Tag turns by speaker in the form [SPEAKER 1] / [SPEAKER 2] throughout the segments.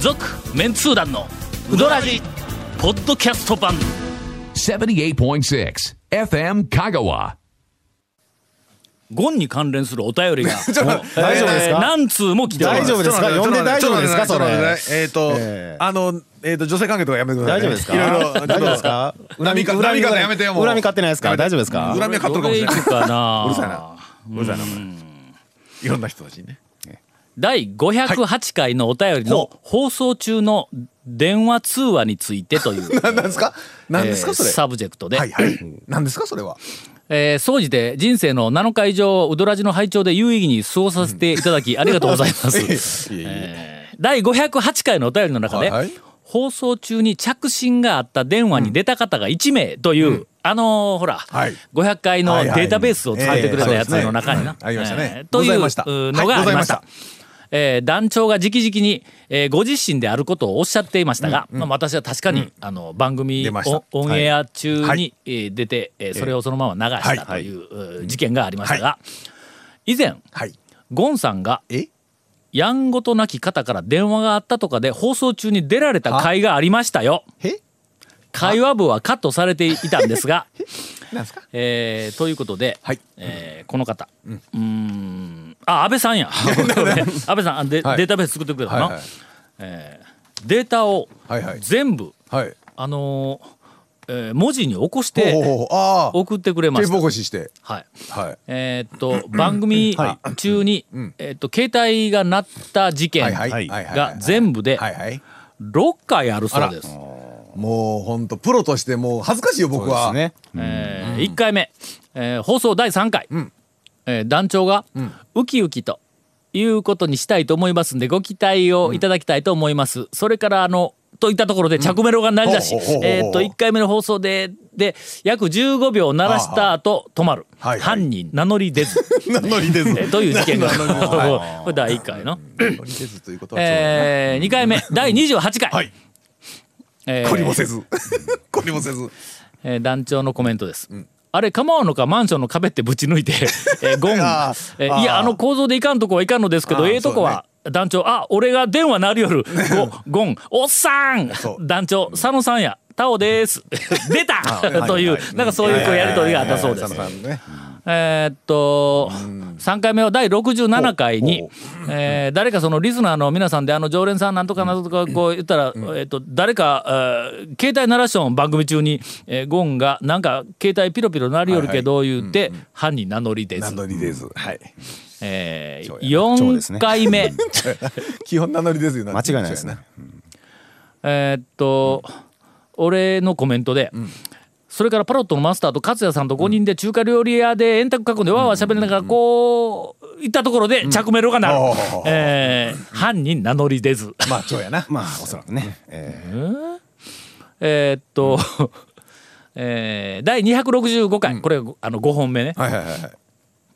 [SPEAKER 1] 続メンツー団のウドラジポッドキャスト版
[SPEAKER 2] 78.6 FM Kagawa.
[SPEAKER 1] ゴンに関連するお便 りが
[SPEAKER 3] 大丈夫ですか
[SPEAKER 1] えー何通も来ており
[SPEAKER 3] 大
[SPEAKER 1] ま
[SPEAKER 3] 丈夫
[SPEAKER 1] す
[SPEAKER 3] ですか呼んで大丈夫ですか
[SPEAKER 4] ち
[SPEAKER 3] そ
[SPEAKER 4] ょっと待って
[SPEAKER 3] れ
[SPEAKER 4] ちょっと待ってえっと
[SPEAKER 3] え
[SPEAKER 4] あのえっと女性関係とかやめてください
[SPEAKER 3] 大
[SPEAKER 4] ね
[SPEAKER 3] 丈夫ですか
[SPEAKER 4] いろいろ
[SPEAKER 3] 大丈夫ですか
[SPEAKER 4] 恨みか恨み方やめてよもう
[SPEAKER 3] 恨み買ってないですか
[SPEAKER 4] やめて
[SPEAKER 3] 大丈夫ですか
[SPEAKER 4] 恨みは買っとるかもしれない
[SPEAKER 1] どれ行くかな
[SPEAKER 4] うるさいなうるさいなこれいろんな人たちに ね
[SPEAKER 1] 第508回のお便りの放送中の電話通話についてと いう、
[SPEAKER 4] 何ですか何です
[SPEAKER 1] え
[SPEAKER 4] か
[SPEAKER 1] ー
[SPEAKER 4] それ
[SPEAKER 1] サブジェクトで、
[SPEAKER 4] はいはい何ですかそれ は
[SPEAKER 1] えー総じて人生の7日以上をウドラジの拝聴で有意義に過ごさせていただきありがとうござい ます。えー第508回のお便りの中で、
[SPEAKER 4] はいはい
[SPEAKER 1] 放送中に着信があった電話に出た方が1名という、あのーほら、
[SPEAKER 4] はい
[SPEAKER 1] 500回のデータベースを作ってくれたやつの中にな。
[SPEAKER 4] はいはいそうですね
[SPEAKER 1] え
[SPEAKER 4] ありましたね
[SPEAKER 1] ーとい
[SPEAKER 4] ござ
[SPEAKER 1] う
[SPEAKER 4] いうました
[SPEAKER 1] ーのがありました。
[SPEAKER 4] はいございま
[SPEAKER 1] えー団長が直々に、えーご自身であることをおっしゃっていましたが、まあ私は確かに、あの番組
[SPEAKER 4] 出ました
[SPEAKER 1] オンオンエア中に、
[SPEAKER 4] はい
[SPEAKER 1] えー出て、えーそれをそのまま流したと
[SPEAKER 4] はい
[SPEAKER 1] いう、えー事件がありましたが、以前
[SPEAKER 4] はい
[SPEAKER 1] ゴンさんが
[SPEAKER 4] え
[SPEAKER 1] やんごとなき方から電話があったとかで放送中に出られた回がありましたよ。
[SPEAKER 4] え
[SPEAKER 1] 会話部はカットされていたんですが、
[SPEAKER 4] 何ですか
[SPEAKER 1] えーということで、
[SPEAKER 4] はい
[SPEAKER 1] えーこの方、うーんあ安倍さん や安倍さんあで、
[SPEAKER 4] はい
[SPEAKER 1] データベース作ってくれた
[SPEAKER 4] はい
[SPEAKER 1] な、
[SPEAKER 4] はい
[SPEAKER 1] データを
[SPEAKER 4] はいはい
[SPEAKER 1] 全部、
[SPEAKER 4] はい
[SPEAKER 1] あのーえー文字に起こし
[SPEAKER 4] ほうほ
[SPEAKER 1] て
[SPEAKER 4] うほうああ
[SPEAKER 1] 送ってくれま
[SPEAKER 4] テー
[SPEAKER 1] し
[SPEAKER 4] プ
[SPEAKER 1] た
[SPEAKER 4] 起こしして
[SPEAKER 1] はい
[SPEAKER 4] はい
[SPEAKER 1] えーっと番組中に、えーっと携帯が鳴った事件
[SPEAKER 4] はいはいはいはい
[SPEAKER 1] が全部で
[SPEAKER 4] はいはい
[SPEAKER 1] 6回あるそうです、
[SPEAKER 4] もう本当プロとしてもう恥ずかしいよ僕は
[SPEAKER 3] ね
[SPEAKER 1] えー1回目、えー放送第3回、えー団長が、ウキウキということにしたいと思いますんでご期待をいただきたいと思います、それからあのといったところで着メロが鳴り出し、
[SPEAKER 4] ほうほうほうほう
[SPEAKER 1] えーっと1回目の放送でで約15秒鳴らした後止まる、
[SPEAKER 4] はいはい
[SPEAKER 1] 犯人名乗り出ず
[SPEAKER 4] 名乗り出ず
[SPEAKER 1] えーという事件 が
[SPEAKER 4] は
[SPEAKER 1] これ第1回の、
[SPEAKER 4] 名乗り出ずということはそうだな
[SPEAKER 1] え2回目第28回、
[SPEAKER 4] はい
[SPEAKER 1] えー
[SPEAKER 4] 懲りもせず懲りもせず
[SPEAKER 1] えー団長のコメントです。あれ構わんのかマンションの壁ってぶち 抜いて、えーゴンが
[SPEAKER 4] あ
[SPEAKER 1] えー
[SPEAKER 4] あー
[SPEAKER 1] いやあの構造でいかんとこはいかんのですけ
[SPEAKER 4] あ
[SPEAKER 1] ど
[SPEAKER 4] ー
[SPEAKER 1] ええとこは、団長あ俺が電話鳴るよ るごゴンおっさん
[SPEAKER 4] そう
[SPEAKER 1] 団長佐野さんやタオです 出た
[SPEAKER 4] ー
[SPEAKER 1] という、
[SPEAKER 4] はいはい
[SPEAKER 1] なんかそういうこうやり取りがあったそうで
[SPEAKER 4] はい
[SPEAKER 1] す
[SPEAKER 4] はいはい佐野さんのね
[SPEAKER 1] えーっと、3回目は第67回
[SPEAKER 4] お
[SPEAKER 1] に
[SPEAKER 4] お、
[SPEAKER 1] えー誰かそのリスナーの皆さんで、あの常連さんなんとかなんとかこう言ったら、えーっと、誰か、えー携帯鳴らしょん番組中に、えーゴンがなんか携帯ピロピロ鳴りよるけど言うて、犯人名乗りで
[SPEAKER 4] 名
[SPEAKER 1] す。
[SPEAKER 4] 乗り出ずはい
[SPEAKER 1] えー
[SPEAKER 4] そうや
[SPEAKER 3] そうです
[SPEAKER 1] 4
[SPEAKER 3] ね
[SPEAKER 1] 回目、
[SPEAKER 4] 基本名乗り出ずよな
[SPEAKER 3] 間違いないですね
[SPEAKER 1] えーっと、俺のコメントで、それからパロットのマスターと勝也さんと5人で中華料理屋で円卓囲んでわーわー喋りながらこう行ったところで着メロが鳴る、
[SPEAKER 4] おー
[SPEAKER 1] えー犯人名乗り出ず
[SPEAKER 4] まあそうやな
[SPEAKER 3] まあおそらくねえ
[SPEAKER 1] えーっと、 えー第265回、これあの5本目ね、
[SPEAKER 4] はいはいはいはい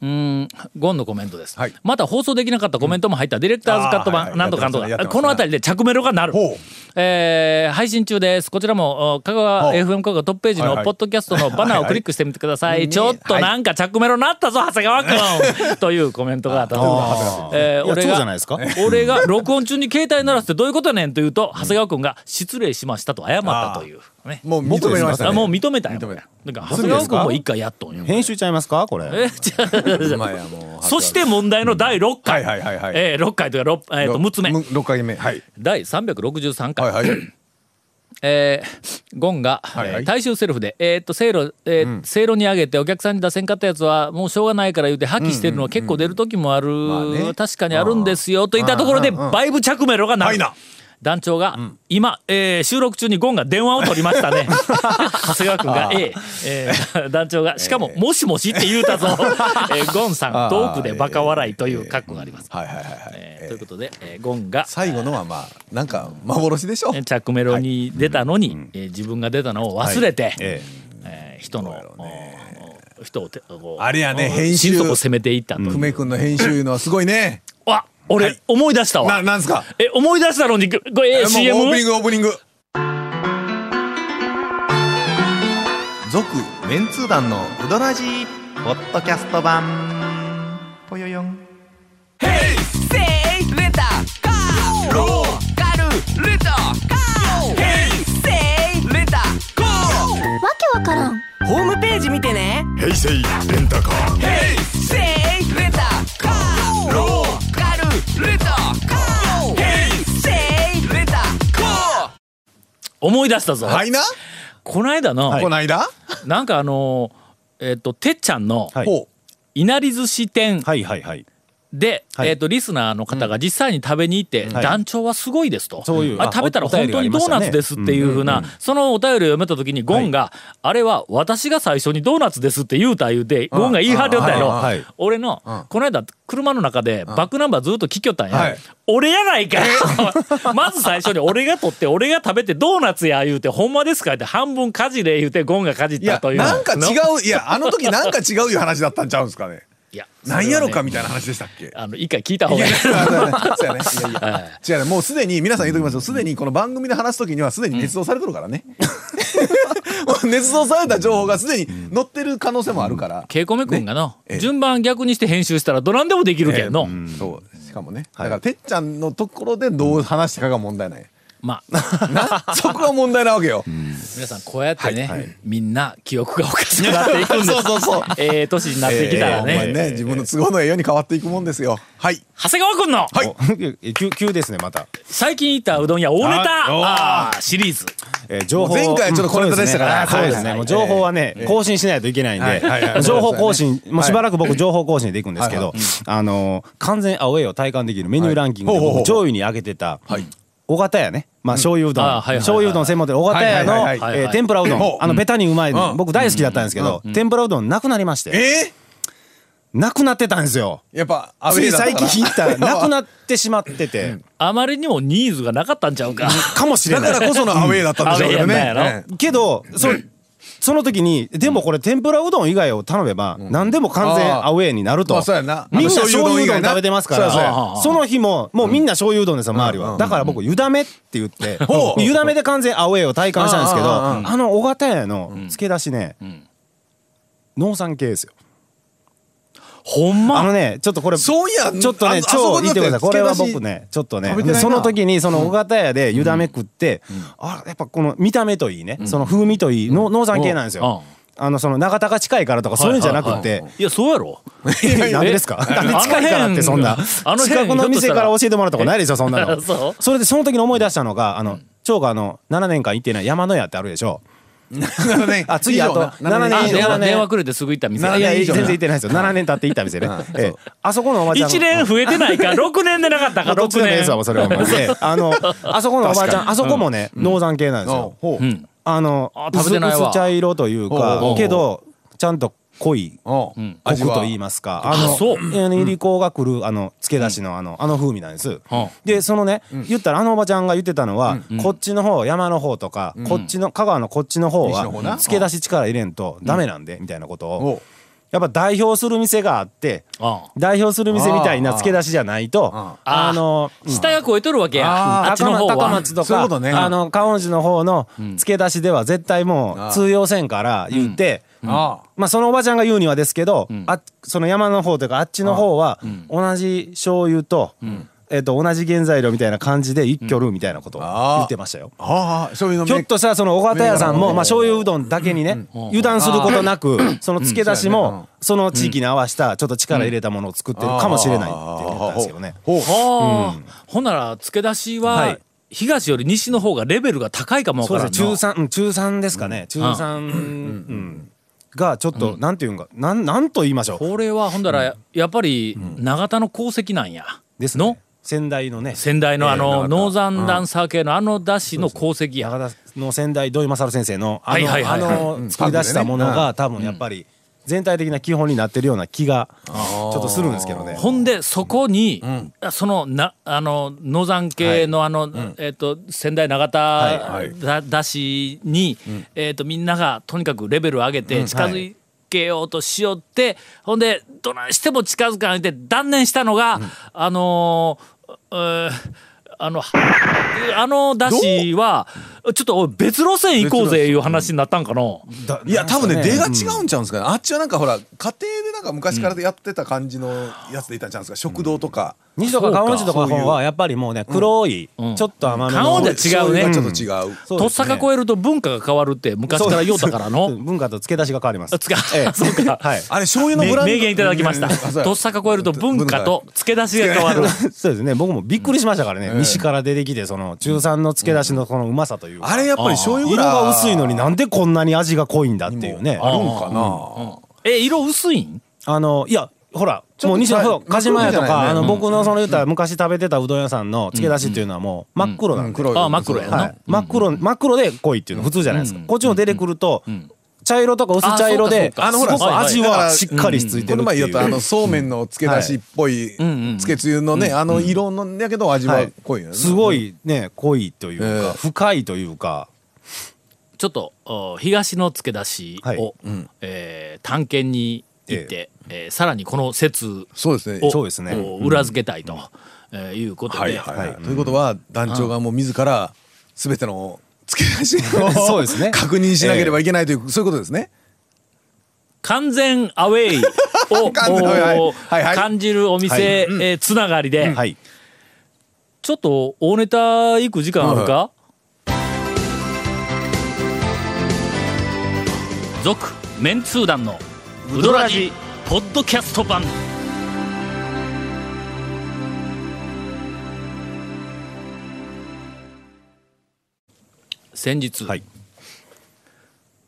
[SPEAKER 1] うんゴンのコメントです、
[SPEAKER 4] はい
[SPEAKER 1] また放送できなかったコメントも入った、ディレクターズカット
[SPEAKER 4] あーはい
[SPEAKER 1] 版
[SPEAKER 4] はい
[SPEAKER 1] なんとかなんとか、
[SPEAKER 4] やってますね
[SPEAKER 1] この辺りで着メロが鳴る
[SPEAKER 4] ほう、
[SPEAKER 1] えー配信中ですこちらもお香川
[SPEAKER 4] ほう
[SPEAKER 1] FM 香川トップページ
[SPEAKER 4] はい
[SPEAKER 1] の
[SPEAKER 4] はい
[SPEAKER 1] ポッドキャストのバナーをクリックしてみてください、
[SPEAKER 4] はいはい
[SPEAKER 1] ちょっとなんか着メロ鳴ったぞ長谷川 君というコメントがあった
[SPEAKER 3] あ
[SPEAKER 1] ので、えー
[SPEAKER 3] いや
[SPEAKER 1] 俺
[SPEAKER 3] そう
[SPEAKER 1] が
[SPEAKER 3] じゃないですか
[SPEAKER 1] 俺 が録音中に携帯鳴らすってどういうことやねんと言うと長谷川君が失礼しましたと謝ったというね
[SPEAKER 4] もう認めまし
[SPEAKER 1] あ
[SPEAKER 4] たね
[SPEAKER 1] もう認めたよ
[SPEAKER 4] 認めた
[SPEAKER 1] だから長谷川君も一回やっとん よ
[SPEAKER 3] ー編集ちゃいますかこれ
[SPEAKER 1] え違う違う違う
[SPEAKER 4] まあやも う
[SPEAKER 1] そして問題の第6
[SPEAKER 4] は
[SPEAKER 1] 回、
[SPEAKER 4] いはいはいはい
[SPEAKER 1] えー、6回というか、ろえー、と6つ目
[SPEAKER 4] 6回目はい
[SPEAKER 1] 第363回、
[SPEAKER 4] はいはい
[SPEAKER 1] えーゴンが、
[SPEAKER 4] いはい
[SPEAKER 1] えー大衆セルフで、えーっとせいろえーせいろに上げてお客さんに出せんかったやつはもうしょうがないから言うて破棄してるのは結構出る時もある、
[SPEAKER 4] あね
[SPEAKER 1] 確かにあるんですよといったところでバイブ着メロがな
[SPEAKER 4] はい
[SPEAKER 1] る
[SPEAKER 4] な
[SPEAKER 1] 団長が、今、えー収録中にゴンが電話を取りました ね長谷川君が「えええー団長がしかも「もしもし」って言う たぞ、えーゴンさん
[SPEAKER 4] あー
[SPEAKER 1] トークでバカ笑いという格好があります、
[SPEAKER 4] はいはいはいはい
[SPEAKER 1] えー
[SPEAKER 4] え
[SPEAKER 1] とい
[SPEAKER 4] ー
[SPEAKER 1] うことで、えーゴンが
[SPEAKER 4] 最後のはまあなんか幻でしょ
[SPEAKER 1] えーチャックメロに出たのに、えー自分が出たのを忘れて、
[SPEAKER 3] え
[SPEAKER 1] えー人の、お人をてこう
[SPEAKER 4] あれやね
[SPEAKER 1] お
[SPEAKER 4] 編集
[SPEAKER 1] 心底攻めていったと、
[SPEAKER 4] 久米君の編集いうのはすごいね
[SPEAKER 1] あ俺、思い出したわ
[SPEAKER 4] ななんすか
[SPEAKER 1] え思い出したのにこれ、えー
[SPEAKER 4] もう
[SPEAKER 1] CM?
[SPEAKER 4] オープニングオープニング続メンツー団の
[SPEAKER 5] ウドラジーポッドキャスト版ぽよよん
[SPEAKER 6] レンタカーローカルレジ見てね
[SPEAKER 7] 平成レンタカー
[SPEAKER 6] せいレタカーローカルレタカーヘイせいレタカー
[SPEAKER 1] 思い出したぞ、
[SPEAKER 4] はいな、
[SPEAKER 1] こないだの、
[SPEAKER 4] こないだ、
[SPEAKER 1] なんかあのーえっ、とてっちゃんの
[SPEAKER 3] はい
[SPEAKER 4] ほ
[SPEAKER 1] いなり寿司店
[SPEAKER 3] はいはいはい。
[SPEAKER 1] で、
[SPEAKER 3] はい
[SPEAKER 1] えっ、とリスナーの方が実際に食べに行って、
[SPEAKER 3] はい
[SPEAKER 1] 団長はすごいですと、
[SPEAKER 3] そういう
[SPEAKER 1] あれ
[SPEAKER 3] あ
[SPEAKER 1] 食べたら
[SPEAKER 3] おお
[SPEAKER 1] 本
[SPEAKER 3] 便
[SPEAKER 1] 当
[SPEAKER 3] りがあ
[SPEAKER 1] に
[SPEAKER 3] り
[SPEAKER 1] ド
[SPEAKER 3] ま
[SPEAKER 1] ー
[SPEAKER 3] した
[SPEAKER 1] ナ
[SPEAKER 3] ね
[SPEAKER 1] ツですっていうふうな、そのお便りを読めた時にゴンが、あれは私が最初にドーナツですって言うた言うて、ゴンが言い張っておったやろ、
[SPEAKER 3] ああはい
[SPEAKER 1] 俺の、この間車の中でバックナンバーずっと聞きよったんや、
[SPEAKER 4] はい
[SPEAKER 1] 俺やないか まず最初に俺が取って俺が食べてドーナツや言うてほんまですかって半分かじれ言うてゴンがかじっ
[SPEAKER 4] ういや
[SPEAKER 1] たという
[SPEAKER 4] な んか違ういやあの時なんか違ういう話だったんちゃうんですかね
[SPEAKER 1] いや
[SPEAKER 4] なんやろか
[SPEAKER 1] それはね
[SPEAKER 4] みたいな話でしたっけ
[SPEAKER 1] あの一回聞いた方
[SPEAKER 4] い
[SPEAKER 1] が
[SPEAKER 4] や
[SPEAKER 1] いい
[SPEAKER 4] いやそうやねそうやねいやいや違うねもうすでに皆さん言うときますよすでにこの番組で話すときにはすでに捏造されてるからね もう捏造された情報がすでに載ってる可能性もあるから
[SPEAKER 1] ケイコメ君がの、
[SPEAKER 4] ええ
[SPEAKER 1] 順番逆にして編集したらどなんでもできるけんの、
[SPEAKER 4] そうしかもねだからてっちゃんのところでどう話したかが問題ない
[SPEAKER 1] まあ
[SPEAKER 4] なそこが問題なわけよ
[SPEAKER 1] 皆さんこうやってね、みんな記憶がおかしくなっていくんです
[SPEAKER 4] そうそうそう
[SPEAKER 1] ええ年になってきたらね,、
[SPEAKER 4] ええほんまにね自分の都合のええように変わっていくもんですよはい
[SPEAKER 1] 長谷川君の、
[SPEAKER 3] はい。 急急ですねまた。
[SPEAKER 1] 最近行ったうどん屋大ネタ
[SPEAKER 3] あおー
[SPEAKER 1] あーシリーズ
[SPEAKER 3] えー情報
[SPEAKER 4] 前回ちょっと小ネタでしたから
[SPEAKER 3] うんそうですね
[SPEAKER 4] はい
[SPEAKER 3] あーそうですねもう情報はね更新しないといけないん
[SPEAKER 4] はいはいは
[SPEAKER 3] で
[SPEAKER 4] い
[SPEAKER 3] 情報更新もう
[SPEAKER 4] はい
[SPEAKER 3] しばらく僕情報更新でいくんですけ
[SPEAKER 4] は
[SPEAKER 3] どあのー完全アウェイを体感できるメニューランキングで
[SPEAKER 4] はいほうほうほ
[SPEAKER 3] 僕
[SPEAKER 4] う
[SPEAKER 3] 上位に上げてた
[SPEAKER 4] はい
[SPEAKER 3] 小型屋ねまあ醤油うど
[SPEAKER 1] あーはいは
[SPEAKER 3] ん
[SPEAKER 1] いはい
[SPEAKER 3] 醤油うどん専門店小型屋
[SPEAKER 4] はい
[SPEAKER 3] の
[SPEAKER 4] は
[SPEAKER 3] え
[SPEAKER 4] いはい
[SPEAKER 1] はい
[SPEAKER 3] ー天ぷらうど
[SPEAKER 4] ほうん
[SPEAKER 3] あのベタにうまいの
[SPEAKER 4] うん
[SPEAKER 3] 僕大好きだったんですけど天ぷらうどんなくなりまして
[SPEAKER 4] え
[SPEAKER 3] なくなってたんですよ
[SPEAKER 4] ーやっぱアウ
[SPEAKER 3] つ
[SPEAKER 4] ェ
[SPEAKER 3] い
[SPEAKER 4] イだったか
[SPEAKER 3] 最近
[SPEAKER 4] ら
[SPEAKER 3] 行ったらなくなってしまってて
[SPEAKER 1] あまりにもニーズがなかったんちゃうか
[SPEAKER 3] かもしれ
[SPEAKER 4] だ
[SPEAKER 3] ない
[SPEAKER 4] からこそのアウェイだったんでしょうけど
[SPEAKER 1] アウェイや
[SPEAKER 4] ね
[SPEAKER 1] ったんやろ
[SPEAKER 4] ええ
[SPEAKER 3] けどそその時にでもこれ天ぷらうどん以外を頼めば何でも完全アウェーになると
[SPEAKER 4] あーそうやな
[SPEAKER 3] みんな
[SPEAKER 4] あの
[SPEAKER 3] 醤油うどん
[SPEAKER 4] な
[SPEAKER 3] 食べてますか
[SPEAKER 4] そうやそうや
[SPEAKER 3] らその日ももうみんな醤油うどんですよ周り
[SPEAKER 4] うんう
[SPEAKER 3] は
[SPEAKER 4] ん
[SPEAKER 3] だから僕湯だめって言って
[SPEAKER 4] ほう
[SPEAKER 3] 湯だめで完全アウェーを体感したんですけど
[SPEAKER 4] うんうんうんう
[SPEAKER 3] あの小形屋の漬け出しね農産系ですよ
[SPEAKER 1] ほんま
[SPEAKER 3] あのねちょっとこれ
[SPEAKER 4] そういや
[SPEAKER 3] ちょっと
[SPEAKER 4] あ
[SPEAKER 3] ね、
[SPEAKER 4] あそ
[SPEAKER 3] 超
[SPEAKER 4] こだ
[SPEAKER 3] 見
[SPEAKER 4] って
[SPEAKER 3] てください。これは
[SPEAKER 4] 付け出し
[SPEAKER 3] 僕ね、ちょっとね
[SPEAKER 4] 食べ、てないな
[SPEAKER 3] その時にその小型屋で湯だめ食って、あ、やっぱこの見た目といいね、その風味といい、の農産系なんですよ。あの、その長田が近いからとかそういうんじゃなくて
[SPEAKER 1] い、やそうやろ
[SPEAKER 3] なんでですか
[SPEAKER 1] え
[SPEAKER 3] なんで近いからってそんな。
[SPEAKER 1] あの辺
[SPEAKER 3] 近くの店から教えてもらうとかないでしょ、そんなの。
[SPEAKER 1] そう
[SPEAKER 3] それでその時に思い出したのが、あの、長があの、7年間行ってない山の屋ってあるでしょ。
[SPEAKER 4] 7年
[SPEAKER 3] あ次あと
[SPEAKER 4] 7
[SPEAKER 3] い
[SPEAKER 1] あ
[SPEAKER 3] いじゃん
[SPEAKER 1] 電話
[SPEAKER 3] ね
[SPEAKER 1] 電話くれてすぐ行った店
[SPEAKER 4] な
[SPEAKER 3] いうや、
[SPEAKER 4] ん
[SPEAKER 3] 全然行ってないですよ。7年経って行った店ね。ええあそこのおばちゃんの。
[SPEAKER 1] 1年増えてないか6年でなかったか
[SPEAKER 3] どっち
[SPEAKER 1] 6
[SPEAKER 3] でもええ
[SPEAKER 1] 年
[SPEAKER 3] さもう それお前であのあそこのおばあちゃんあそこもね農産系なんですよ
[SPEAKER 4] ほう
[SPEAKER 3] あの
[SPEAKER 1] あ食べてないわ
[SPEAKER 3] 薄々茶色という
[SPEAKER 4] おうおうお
[SPEAKER 3] か
[SPEAKER 4] う
[SPEAKER 3] けどちゃんと濃い
[SPEAKER 4] ほ
[SPEAKER 3] コ
[SPEAKER 4] う
[SPEAKER 3] ク
[SPEAKER 4] 味は
[SPEAKER 3] と言いますかあの
[SPEAKER 1] あそう
[SPEAKER 3] えーいりこがくるあの漬け出しのあのあの風味なんです
[SPEAKER 1] はあ
[SPEAKER 3] でそのね言ったらあのおばちゃんが言ってたのはこっちの方山の方とかこっちの香川のこっちの方
[SPEAKER 4] 西
[SPEAKER 3] は
[SPEAKER 4] の方な
[SPEAKER 3] 漬け出し力入れんとダメなんでみたいなこと
[SPEAKER 4] お
[SPEAKER 3] を
[SPEAKER 4] う
[SPEAKER 3] やっぱ代表する店があって
[SPEAKER 1] あ
[SPEAKER 3] 代表する店みたいな漬け出しじゃないと
[SPEAKER 4] あ
[SPEAKER 1] あ
[SPEAKER 3] あの
[SPEAKER 1] 下が超えとるわけや
[SPEAKER 4] あ
[SPEAKER 1] あ
[SPEAKER 4] ー
[SPEAKER 1] っちの方
[SPEAKER 3] 高
[SPEAKER 1] は
[SPEAKER 3] 松と
[SPEAKER 4] そういう
[SPEAKER 3] か
[SPEAKER 4] ことね
[SPEAKER 3] あの川内の方の付け出しでは絶対も
[SPEAKER 4] あ
[SPEAKER 3] う
[SPEAKER 4] あ
[SPEAKER 3] 通用せんから言って、
[SPEAKER 4] あ
[SPEAKER 3] まあ、そのおばちゃんが言うにはですけど、あその山の方というかあっちの方は同じ醤油と,、えっと同じ原材料みたいな感じで一挙るみたいなことを
[SPEAKER 4] ああ
[SPEAKER 3] 言ってましたよ。
[SPEAKER 4] ああ醤油の
[SPEAKER 3] ひょっとしたらその尾形屋さんも
[SPEAKER 4] うん
[SPEAKER 3] まあ醤油うどんだけにね油断することなくその漬け出しもその地域に合わせたちょっと力入れたものを作ってるかもしれないって言ったんですけどね。
[SPEAKER 4] ほう
[SPEAKER 1] はあ、ほんなら付け出し
[SPEAKER 3] は
[SPEAKER 1] はい東より西の方がレベルが高いかもわ
[SPEAKER 3] そう
[SPEAKER 1] か
[SPEAKER 3] で
[SPEAKER 1] ら
[SPEAKER 3] す
[SPEAKER 1] んの
[SPEAKER 3] ね中3、うん、中3ですかね中3、うんがちょっと、なんていうんかなんなんと言いましょう
[SPEAKER 1] これはほんだらやっぱり長田の功績なんや、
[SPEAKER 3] ですね
[SPEAKER 1] の
[SPEAKER 3] 先代のね
[SPEAKER 1] 先代のあ
[SPEAKER 3] え
[SPEAKER 1] の
[SPEAKER 3] ー
[SPEAKER 1] ノーザンダンサー系のあの出汁の功績や、
[SPEAKER 3] 長田の先代土井勝先生のあの,、
[SPEAKER 1] はいはいはいはい
[SPEAKER 3] あの作り出したものが多分やっぱり全体的な基本になってるような気がちょっとするんですけどね。
[SPEAKER 1] ほんでそこに、そのなあのノザン系のあの、えっ、と仙台長田
[SPEAKER 4] い
[SPEAKER 1] だだしに、えっ、とみんながとにかくレベルを上げて近づけようとしよって、ほんでどないしても近づかないで断念したのが、あのーえーあの、はあのだしは、ちょっとおい別路線行こうぜいう話になったんかの。
[SPEAKER 4] いや多分ね
[SPEAKER 3] 出
[SPEAKER 4] 出が違うんちゃうんですかねあっちはなんかほら家庭でなんか昔からやってた感じのやつでいたんちゃうんですか食堂とか
[SPEAKER 3] 西とか川内とかの方はやっぱりもうね黒い
[SPEAKER 1] ん
[SPEAKER 3] ちょっと甘めの
[SPEAKER 1] 川内違うね
[SPEAKER 4] 醤油がちょっと違う
[SPEAKER 3] そう
[SPEAKER 1] と
[SPEAKER 3] で
[SPEAKER 1] っ
[SPEAKER 3] すね
[SPEAKER 1] さか越えると文化が変わるって昔から言うたから
[SPEAKER 3] そう
[SPEAKER 1] の。
[SPEAKER 3] 文化と付け出しが変わります
[SPEAKER 1] あつか、
[SPEAKER 3] ええ
[SPEAKER 1] そうか。
[SPEAKER 3] はい
[SPEAKER 4] あれ醤油の
[SPEAKER 1] め
[SPEAKER 4] ブランド
[SPEAKER 1] 名言いただきまし
[SPEAKER 4] うん あそう
[SPEAKER 1] た。
[SPEAKER 4] や
[SPEAKER 1] とっさか越えると文化と付け出しが変わる。
[SPEAKER 3] そうですね僕もびっくりしましたからね、西から出てきてその中産の付け出しのこのうまさというか、
[SPEAKER 4] あれやっぱり醤油
[SPEAKER 3] 色
[SPEAKER 4] が
[SPEAKER 3] が薄いのになんでこんなに味が濃いんだっていうね
[SPEAKER 4] あるんかな
[SPEAKER 1] え、色薄いん
[SPEAKER 3] あのいやほら
[SPEAKER 4] っと
[SPEAKER 3] もう西の
[SPEAKER 4] はい
[SPEAKER 3] そう鹿島屋と
[SPEAKER 4] 真っ黒じゃ
[SPEAKER 3] か、
[SPEAKER 4] ないね
[SPEAKER 3] あの
[SPEAKER 4] うん
[SPEAKER 3] 僕のその言ったら昔食べてたうどん屋さんの漬け出しっていうのはもう真っ黒なんで、
[SPEAKER 4] 黒い
[SPEAKER 1] あ真っ黒やな
[SPEAKER 3] はい真っ黒真っ黒で濃いっていうの普通じゃないですか、こっちの出てくると、茶色とか薄茶色で
[SPEAKER 1] あ
[SPEAKER 3] あ
[SPEAKER 1] そ
[SPEAKER 3] の
[SPEAKER 1] うか
[SPEAKER 3] ほ
[SPEAKER 1] そう
[SPEAKER 3] ら
[SPEAKER 1] か
[SPEAKER 3] すごく味
[SPEAKER 4] はいは
[SPEAKER 3] はいしっかりしついて
[SPEAKER 4] こ
[SPEAKER 3] る
[SPEAKER 4] の
[SPEAKER 3] って
[SPEAKER 4] 前
[SPEAKER 3] い
[SPEAKER 4] 言
[SPEAKER 3] う、
[SPEAKER 4] ったあのそうめんのつけ出しっぽいつけつゆのねあの色のやけど味は濃いよね
[SPEAKER 3] すごいね濃いというか、
[SPEAKER 4] ええ
[SPEAKER 3] 深いというか
[SPEAKER 1] ちょっとお東の付け出しを、
[SPEAKER 3] はい
[SPEAKER 1] えー探検に行って、えーさらにこの説
[SPEAKER 4] そうですね
[SPEAKER 1] を
[SPEAKER 3] そうですね
[SPEAKER 1] お裏付けたいと、えーいうことで、
[SPEAKER 4] はいはいはいということは団長がもう自ら全てのつけ出 し
[SPEAKER 3] そう
[SPEAKER 4] を
[SPEAKER 3] ですね
[SPEAKER 4] 確認しなければいけないというそういうことですね
[SPEAKER 1] 完全アウェイを
[SPEAKER 4] 完全アウェイはい
[SPEAKER 1] お
[SPEAKER 4] はいはい
[SPEAKER 1] 感じるお店、えーつながりで、
[SPEAKER 3] はい
[SPEAKER 1] ちょっと大ネタ行く時間あるか続、メンツー団のウドラジポッドキャスト版先日、
[SPEAKER 3] はい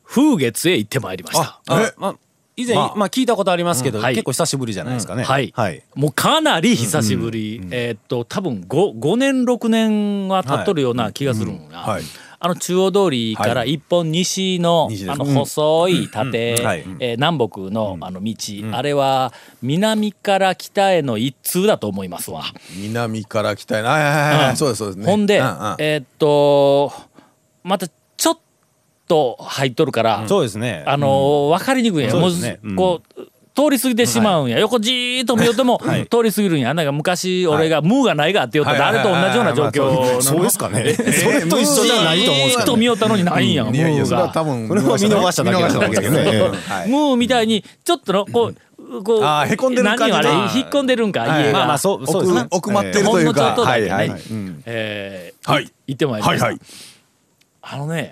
[SPEAKER 1] 風月へ行ってまいりました
[SPEAKER 3] あまあ以前、まあ、聞いたことありますけど、
[SPEAKER 1] うんはい
[SPEAKER 3] 結構久しぶりじゃないですかね、
[SPEAKER 1] はい、
[SPEAKER 3] はい、
[SPEAKER 1] もうかなり久しぶり、えーっと多分 5, 5年6年は経っとるような気がするのが、
[SPEAKER 4] はい
[SPEAKER 1] あの中央通りから一本西の,、
[SPEAKER 4] 西です
[SPEAKER 1] あの細い縦、
[SPEAKER 3] うんはい
[SPEAKER 1] えー南北のあの道、あれは南から北への一通だと思いますわ。
[SPEAKER 4] 南から北へなはいはいはいはいそうですそうですね
[SPEAKER 1] ほんで、
[SPEAKER 4] ううん
[SPEAKER 1] えーっとまたちょっと入っとるから、
[SPEAKER 3] そうですね
[SPEAKER 1] あの分かりにくいんや
[SPEAKER 3] そう
[SPEAKER 1] もう
[SPEAKER 3] ですねうん
[SPEAKER 1] こう通り過ぎてしまうんや横じーっと見よっても通り過ぎるんやなんか昔俺が「ムーがないが」って言ったらあ
[SPEAKER 4] はい
[SPEAKER 1] れと同じような状
[SPEAKER 4] はいはいはいまあ
[SPEAKER 1] 況
[SPEAKER 3] そうですかね、 それと一
[SPEAKER 1] じ
[SPEAKER 3] 緒じゃ
[SPEAKER 1] ー
[SPEAKER 3] ないと思うんです
[SPEAKER 1] っ
[SPEAKER 3] けど
[SPEAKER 1] と見よったのにないんやム
[SPEAKER 4] いやいや
[SPEAKER 1] ー
[SPEAKER 4] それは
[SPEAKER 1] が
[SPEAKER 4] 多。分
[SPEAKER 3] それは見逃しただけなんですけどね
[SPEAKER 4] 見逃しただけです
[SPEAKER 1] ムーみたいにちょっとのこうこう
[SPEAKER 4] あーへこんでる感じ
[SPEAKER 1] 何よあれ
[SPEAKER 4] あー
[SPEAKER 1] 引っ込んでるんか
[SPEAKER 4] はい
[SPEAKER 1] 家
[SPEAKER 3] まあま
[SPEAKER 1] が
[SPEAKER 3] あそうそうですね
[SPEAKER 4] 奥奥まってる
[SPEAKER 1] ほ
[SPEAKER 4] と
[SPEAKER 1] ん
[SPEAKER 4] いう
[SPEAKER 1] のちょ
[SPEAKER 4] か
[SPEAKER 1] っとだけ
[SPEAKER 4] はい
[SPEAKER 1] ね
[SPEAKER 4] はい
[SPEAKER 1] えー
[SPEAKER 4] はい
[SPEAKER 1] 行ってまいりました
[SPEAKER 4] はいはい
[SPEAKER 1] あのね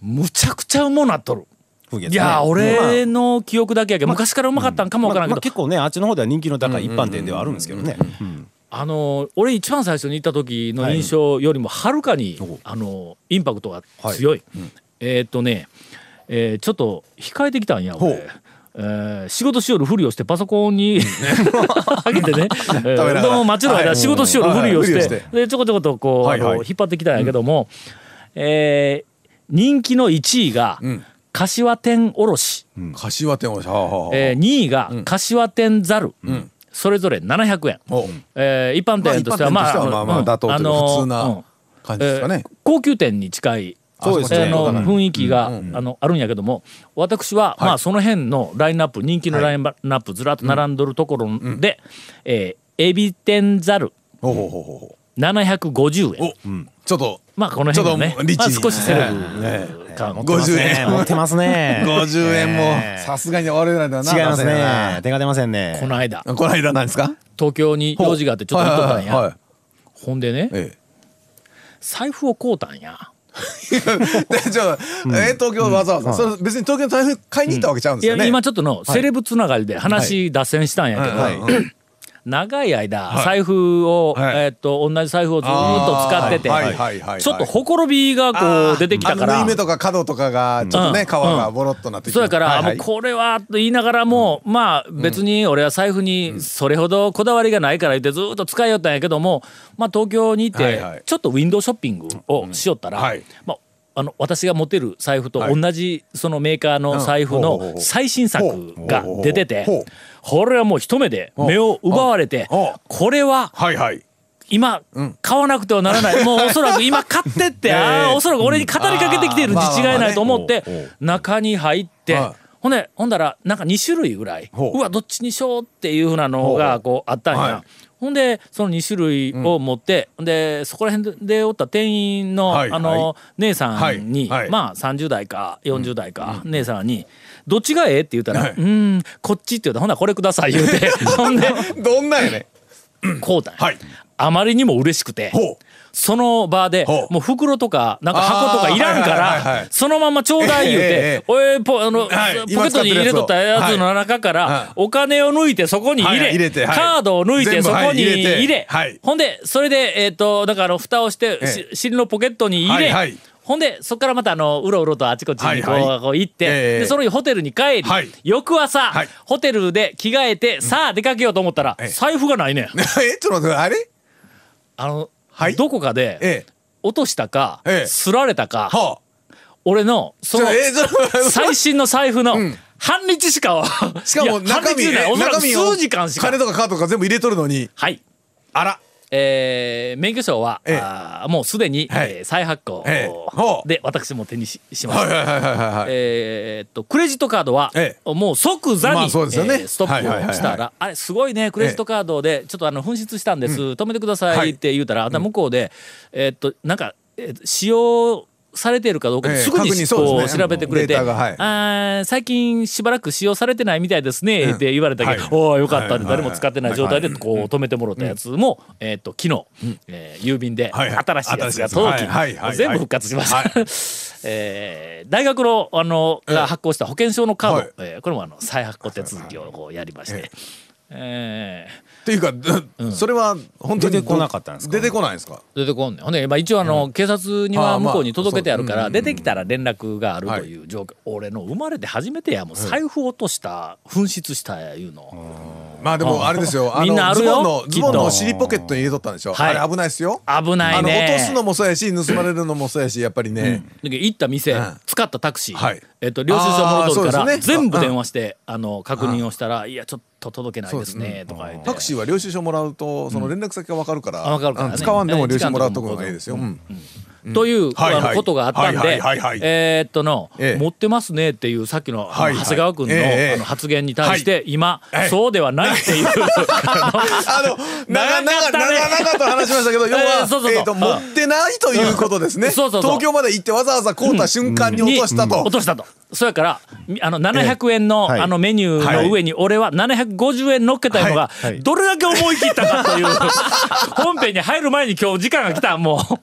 [SPEAKER 1] むちゃくちゃうもなっとる。
[SPEAKER 3] 風月ね
[SPEAKER 1] いや、俺の記憶だけやけど、昔からうまかったんかもわからん
[SPEAKER 3] ま
[SPEAKER 1] けど、
[SPEAKER 3] あ結構ねあっちの方では人気の高い一般店ではあるんですけどね、
[SPEAKER 1] あの、俺一番最初に行った時の印象よりもはるかに、あの、インパクトが強い。えーっとね、えーちょっと控えてきたんや、
[SPEAKER 4] ほ
[SPEAKER 1] 俺
[SPEAKER 4] う。
[SPEAKER 1] えー仕事しよるふりをしてパソコンに 上げて ね、えー
[SPEAKER 4] がら
[SPEAKER 1] うどんを待ちの間
[SPEAKER 4] はい
[SPEAKER 1] 仕事しよるふりをし
[SPEAKER 4] はい
[SPEAKER 1] て
[SPEAKER 4] ふりをして
[SPEAKER 1] でちょこちょことこう、
[SPEAKER 4] はいは
[SPEAKER 1] あ
[SPEAKER 4] い
[SPEAKER 1] の引っ張ってきたんやけども、えー人気の1位が
[SPEAKER 4] ん
[SPEAKER 1] 柏天おろし、
[SPEAKER 4] 柏店をはあはあ
[SPEAKER 1] えー、2位が柏天ざる、
[SPEAKER 4] ん
[SPEAKER 1] それぞれ700円、
[SPEAKER 4] ほう
[SPEAKER 1] えー一般
[SPEAKER 4] まあ
[SPEAKER 1] 店としてはま
[SPEAKER 4] 一般店として
[SPEAKER 1] あ
[SPEAKER 4] はまあまあ
[SPEAKER 1] うん
[SPEAKER 4] 妥当というか普通な
[SPEAKER 1] うん
[SPEAKER 4] 感じですかね
[SPEAKER 1] えー高級店に近い
[SPEAKER 4] そうですね
[SPEAKER 1] あの
[SPEAKER 4] わかる
[SPEAKER 1] 雰囲気が、
[SPEAKER 4] うん
[SPEAKER 1] あのあるんやけども私は、まあその辺のラインナップ人気のラインナップずらっと並んどるところで、えーエビ天ざる
[SPEAKER 4] ほうほうほうほうほ
[SPEAKER 1] 750円
[SPEAKER 4] うおちょっと
[SPEAKER 1] まあこの辺がね
[SPEAKER 4] ちょっとリッチ
[SPEAKER 1] まあ、
[SPEAKER 4] に
[SPEAKER 1] 少しセレ
[SPEAKER 4] ね
[SPEAKER 1] ブ感
[SPEAKER 4] 持ってますね50円
[SPEAKER 3] 持ってます ね
[SPEAKER 4] 50円
[SPEAKER 3] え
[SPEAKER 4] もさすがに我々では
[SPEAKER 3] え
[SPEAKER 4] な
[SPEAKER 3] 違います
[SPEAKER 4] 出せな
[SPEAKER 3] ね手が出ませんね
[SPEAKER 1] この間
[SPEAKER 4] この間なんですか
[SPEAKER 1] 東京に用事があってちょっと行っとったんや、
[SPEAKER 4] はいはいはい
[SPEAKER 1] ほんでね
[SPEAKER 4] え
[SPEAKER 1] 財布を買うたんや。
[SPEAKER 4] えでじゃあえー東京わざわざそれ別に東京の台風買いに行ったわけちゃうん
[SPEAKER 1] い
[SPEAKER 4] ですよ
[SPEAKER 1] や
[SPEAKER 4] ね
[SPEAKER 1] 今ちょっとのセレブつながりで話脱線したんやけど、
[SPEAKER 4] はいはい
[SPEAKER 1] 長い間財布を、
[SPEAKER 4] はい
[SPEAKER 1] えーっと同じ財布をずーっと使ってて、
[SPEAKER 4] あーはいはいはいはい
[SPEAKER 1] ちょっとほころびがこう出てきたか
[SPEAKER 4] あ
[SPEAKER 1] ら
[SPEAKER 4] の縫い目とか角とかがちょっと
[SPEAKER 1] うん
[SPEAKER 4] ね皮がボロっとなってきて
[SPEAKER 1] そうやから、
[SPEAKER 4] はいはい
[SPEAKER 1] もうこれはと言いながらも、まあ別に俺は財布にそれほどこだわりがないから言ってずーっと使いよったんやけども、まあ東京にい
[SPEAKER 4] はいは
[SPEAKER 1] て
[SPEAKER 4] い
[SPEAKER 1] ちょっとウィンドウショッピングをしよったら、
[SPEAKER 4] うんはい
[SPEAKER 1] まああの私が持てる財布と同じそのメーカーの財布
[SPEAKER 4] うんほうほうほ
[SPEAKER 1] の
[SPEAKER 4] う
[SPEAKER 1] 最新作が出てて
[SPEAKER 4] ほうほうほう
[SPEAKER 1] これはもう一目で目を奪われて
[SPEAKER 4] うんうん
[SPEAKER 1] これは
[SPEAKER 4] はいはい
[SPEAKER 1] 今買わなくてはならないもうおそらく今買ってって ああおそらく俺に語りかけてきているに違いないと思って中に入って
[SPEAKER 4] は
[SPEAKER 1] ほんでほんだらなんか2種類ぐらい
[SPEAKER 4] ほう
[SPEAKER 1] うわどっちにしようっていうふうなのがこうあったん
[SPEAKER 4] は
[SPEAKER 1] や
[SPEAKER 4] い。
[SPEAKER 1] ほんでその2種類を持って、でそこら辺でおった店員の、
[SPEAKER 4] はい
[SPEAKER 1] あの、
[SPEAKER 4] は
[SPEAKER 1] 姉さんに、
[SPEAKER 4] はいはい
[SPEAKER 1] まあ30代か40代か、姉さんに「どっちがええ?」って言ったら「うーんこっち」って言うたら「ほなこれください」言う てほんで
[SPEAKER 4] どんなんやねん
[SPEAKER 1] こうたんや、
[SPEAKER 4] はい
[SPEAKER 1] あまりにも嬉しくて
[SPEAKER 4] ほう
[SPEAKER 1] その場で
[SPEAKER 4] ほう
[SPEAKER 1] もう袋とかなんか箱とかいらんか
[SPEAKER 4] あーはいはいはいは
[SPEAKER 1] ら
[SPEAKER 4] い
[SPEAKER 1] そのままちょうだい言う
[SPEAKER 4] ええ
[SPEAKER 1] て
[SPEAKER 4] ええ
[SPEAKER 1] おいポあのポケ
[SPEAKER 4] はい今
[SPEAKER 1] ットに入れとったやつの中か
[SPEAKER 4] はい
[SPEAKER 1] らお金を抜いてそこに入
[SPEAKER 4] はい入
[SPEAKER 1] れ
[SPEAKER 4] れてはい
[SPEAKER 1] カードを抜いて
[SPEAKER 4] 全部
[SPEAKER 1] そこに
[SPEAKER 4] はい入れて
[SPEAKER 1] 入れ
[SPEAKER 4] はい
[SPEAKER 1] ほんでそれでえっとだからあの蓋をして
[SPEAKER 4] え
[SPEAKER 1] し尻のポケットに入れ
[SPEAKER 4] はいはい
[SPEAKER 1] ほんでそこからまたあのうろうろとあちこちにこ
[SPEAKER 4] はいは
[SPEAKER 1] うこう行って
[SPEAKER 4] ええ
[SPEAKER 1] でその日ホテルに帰り
[SPEAKER 4] はい
[SPEAKER 1] 翌朝
[SPEAKER 4] はい
[SPEAKER 1] ホテルで着替えてさあ出かけようと思ったら
[SPEAKER 4] ええ
[SPEAKER 1] 財布がないねん
[SPEAKER 4] えちょっと待ってあれ
[SPEAKER 1] あの
[SPEAKER 4] はい
[SPEAKER 1] どこかで
[SPEAKER 4] ええ
[SPEAKER 1] 落としたか、
[SPEAKER 4] ええ
[SPEAKER 1] すられたか、
[SPEAKER 4] は
[SPEAKER 1] 俺のそ
[SPEAKER 4] あ
[SPEAKER 1] の
[SPEAKER 4] えちょっと
[SPEAKER 1] 最新の財布の
[SPEAKER 4] ん
[SPEAKER 1] 半日しかは、
[SPEAKER 4] しかも
[SPEAKER 1] いや半
[SPEAKER 4] 中身
[SPEAKER 1] 日じゃない
[SPEAKER 4] え
[SPEAKER 1] おそらく
[SPEAKER 4] 中身を
[SPEAKER 1] 数時間しか
[SPEAKER 4] 金とかカードとか全部入れとるのに
[SPEAKER 1] はい
[SPEAKER 4] あら
[SPEAKER 1] えー、免許証は、
[SPEAKER 4] ええ
[SPEAKER 1] あーもうすでに、
[SPEAKER 4] はい
[SPEAKER 1] えー再発行、
[SPEAKER 4] ええほう
[SPEAKER 1] で私も手にししました、
[SPEAKER 4] はいはいはいはいはいはい
[SPEAKER 1] えーっとクレジットカードは、
[SPEAKER 4] え
[SPEAKER 1] もう即座に、
[SPEAKER 4] まあそうですよね
[SPEAKER 1] えーストップをしたら、
[SPEAKER 4] はいはいはいは
[SPEAKER 1] あれすごいねクレジットカードでちょっとあの紛失したんです、止めてくださいって言うたら、あんた向こうで、えーっとなんか、えーっと使用されているかどうか
[SPEAKER 4] ええ
[SPEAKER 1] すぐに
[SPEAKER 4] 確認そう
[SPEAKER 1] こ
[SPEAKER 4] で
[SPEAKER 1] う
[SPEAKER 4] すね
[SPEAKER 1] 調べてくれて、
[SPEAKER 4] データがはい
[SPEAKER 1] あー最近しばらく使用されてないみたいですね
[SPEAKER 4] うん
[SPEAKER 1] って言われたけど、
[SPEAKER 4] はい
[SPEAKER 1] おおよかったね、
[SPEAKER 4] はい
[SPEAKER 1] 誰も使ってない状態でこう止めてもらったやつも、えーっと昨日、えー郵便で
[SPEAKER 4] はいはい
[SPEAKER 1] 新しいやつが届き、
[SPEAKER 4] 新しいやつはいはいはい
[SPEAKER 1] 全部復活しました。
[SPEAKER 4] はい
[SPEAKER 1] えー大学のあのが発行した保険証のカード、
[SPEAKER 4] はい
[SPEAKER 1] えーこれもあの再発行手続きをこうやりまして、え
[SPEAKER 4] っていうか、それは本当に
[SPEAKER 3] 出てこなかったんですか
[SPEAKER 4] 出てこないんですか
[SPEAKER 1] ー出てこんねんほんで、まあ、一応あの、警察には
[SPEAKER 4] あーま
[SPEAKER 1] 向
[SPEAKER 4] あ
[SPEAKER 1] こうに届けてあるから、
[SPEAKER 4] そう
[SPEAKER 1] 出てきたら連絡があるという状況、俺の生まれて初めてやもう財布落とした紛失したやいうの、
[SPEAKER 4] まあでもあれですよの
[SPEAKER 1] みんなある
[SPEAKER 4] ズ
[SPEAKER 1] よ
[SPEAKER 4] ボンの
[SPEAKER 1] きっと
[SPEAKER 4] ズボンの尻ポケットに入れとったんでしょ、
[SPEAKER 1] はい
[SPEAKER 4] あれ危ないですよ
[SPEAKER 1] 危ないね
[SPEAKER 4] あの落とすのもそうやし盗まれるのもそうやしやっぱりね、
[SPEAKER 1] だけど行った店、
[SPEAKER 4] うん
[SPEAKER 1] 使ったタクシー、
[SPEAKER 4] はい
[SPEAKER 1] えっと領収書もろとるか
[SPEAKER 4] あーそう
[SPEAKER 1] ら、
[SPEAKER 4] ですね
[SPEAKER 1] 全部電話して、あの確認をしたら「いやちょっと届けないですね」とか言って。
[SPEAKER 4] タクシーは領収書もらうとその連絡先が分かるから,、
[SPEAKER 1] あ分かるからね
[SPEAKER 4] うん使わんでも領収書もらうところがいいですよ、うん
[SPEAKER 1] という、
[SPEAKER 4] はいはい
[SPEAKER 1] あのことがあったん
[SPEAKER 4] は
[SPEAKER 1] で
[SPEAKER 4] いはいはいはい
[SPEAKER 1] えーっとの、
[SPEAKER 4] ええ
[SPEAKER 1] 持ってますねっていうさっきの,、
[SPEAKER 4] はいはい
[SPEAKER 1] 長谷川君の,、
[SPEAKER 4] ええええ
[SPEAKER 1] あの発言に対して、
[SPEAKER 4] は
[SPEAKER 1] 今、
[SPEAKER 4] ええ
[SPEAKER 1] そうではないって いう
[SPEAKER 4] あの長々
[SPEAKER 1] 長かったね
[SPEAKER 4] 長々と話しましたけど要は、
[SPEAKER 1] えーそうそうそう
[SPEAKER 4] えーと持ってないということですね、
[SPEAKER 1] うんそうそうそう
[SPEAKER 4] 東京まで行ってわざわざ買うた瞬間に落
[SPEAKER 1] に
[SPEAKER 4] としたと、
[SPEAKER 1] 落としたとそやからみあの700円の,、
[SPEAKER 3] はい
[SPEAKER 1] あのメニューの上に俺は750円乗っけたのが、
[SPEAKER 3] はいはい
[SPEAKER 1] どれだけ思い切ったかという本編に入る前に今日時間が来たも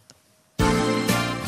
[SPEAKER 1] う「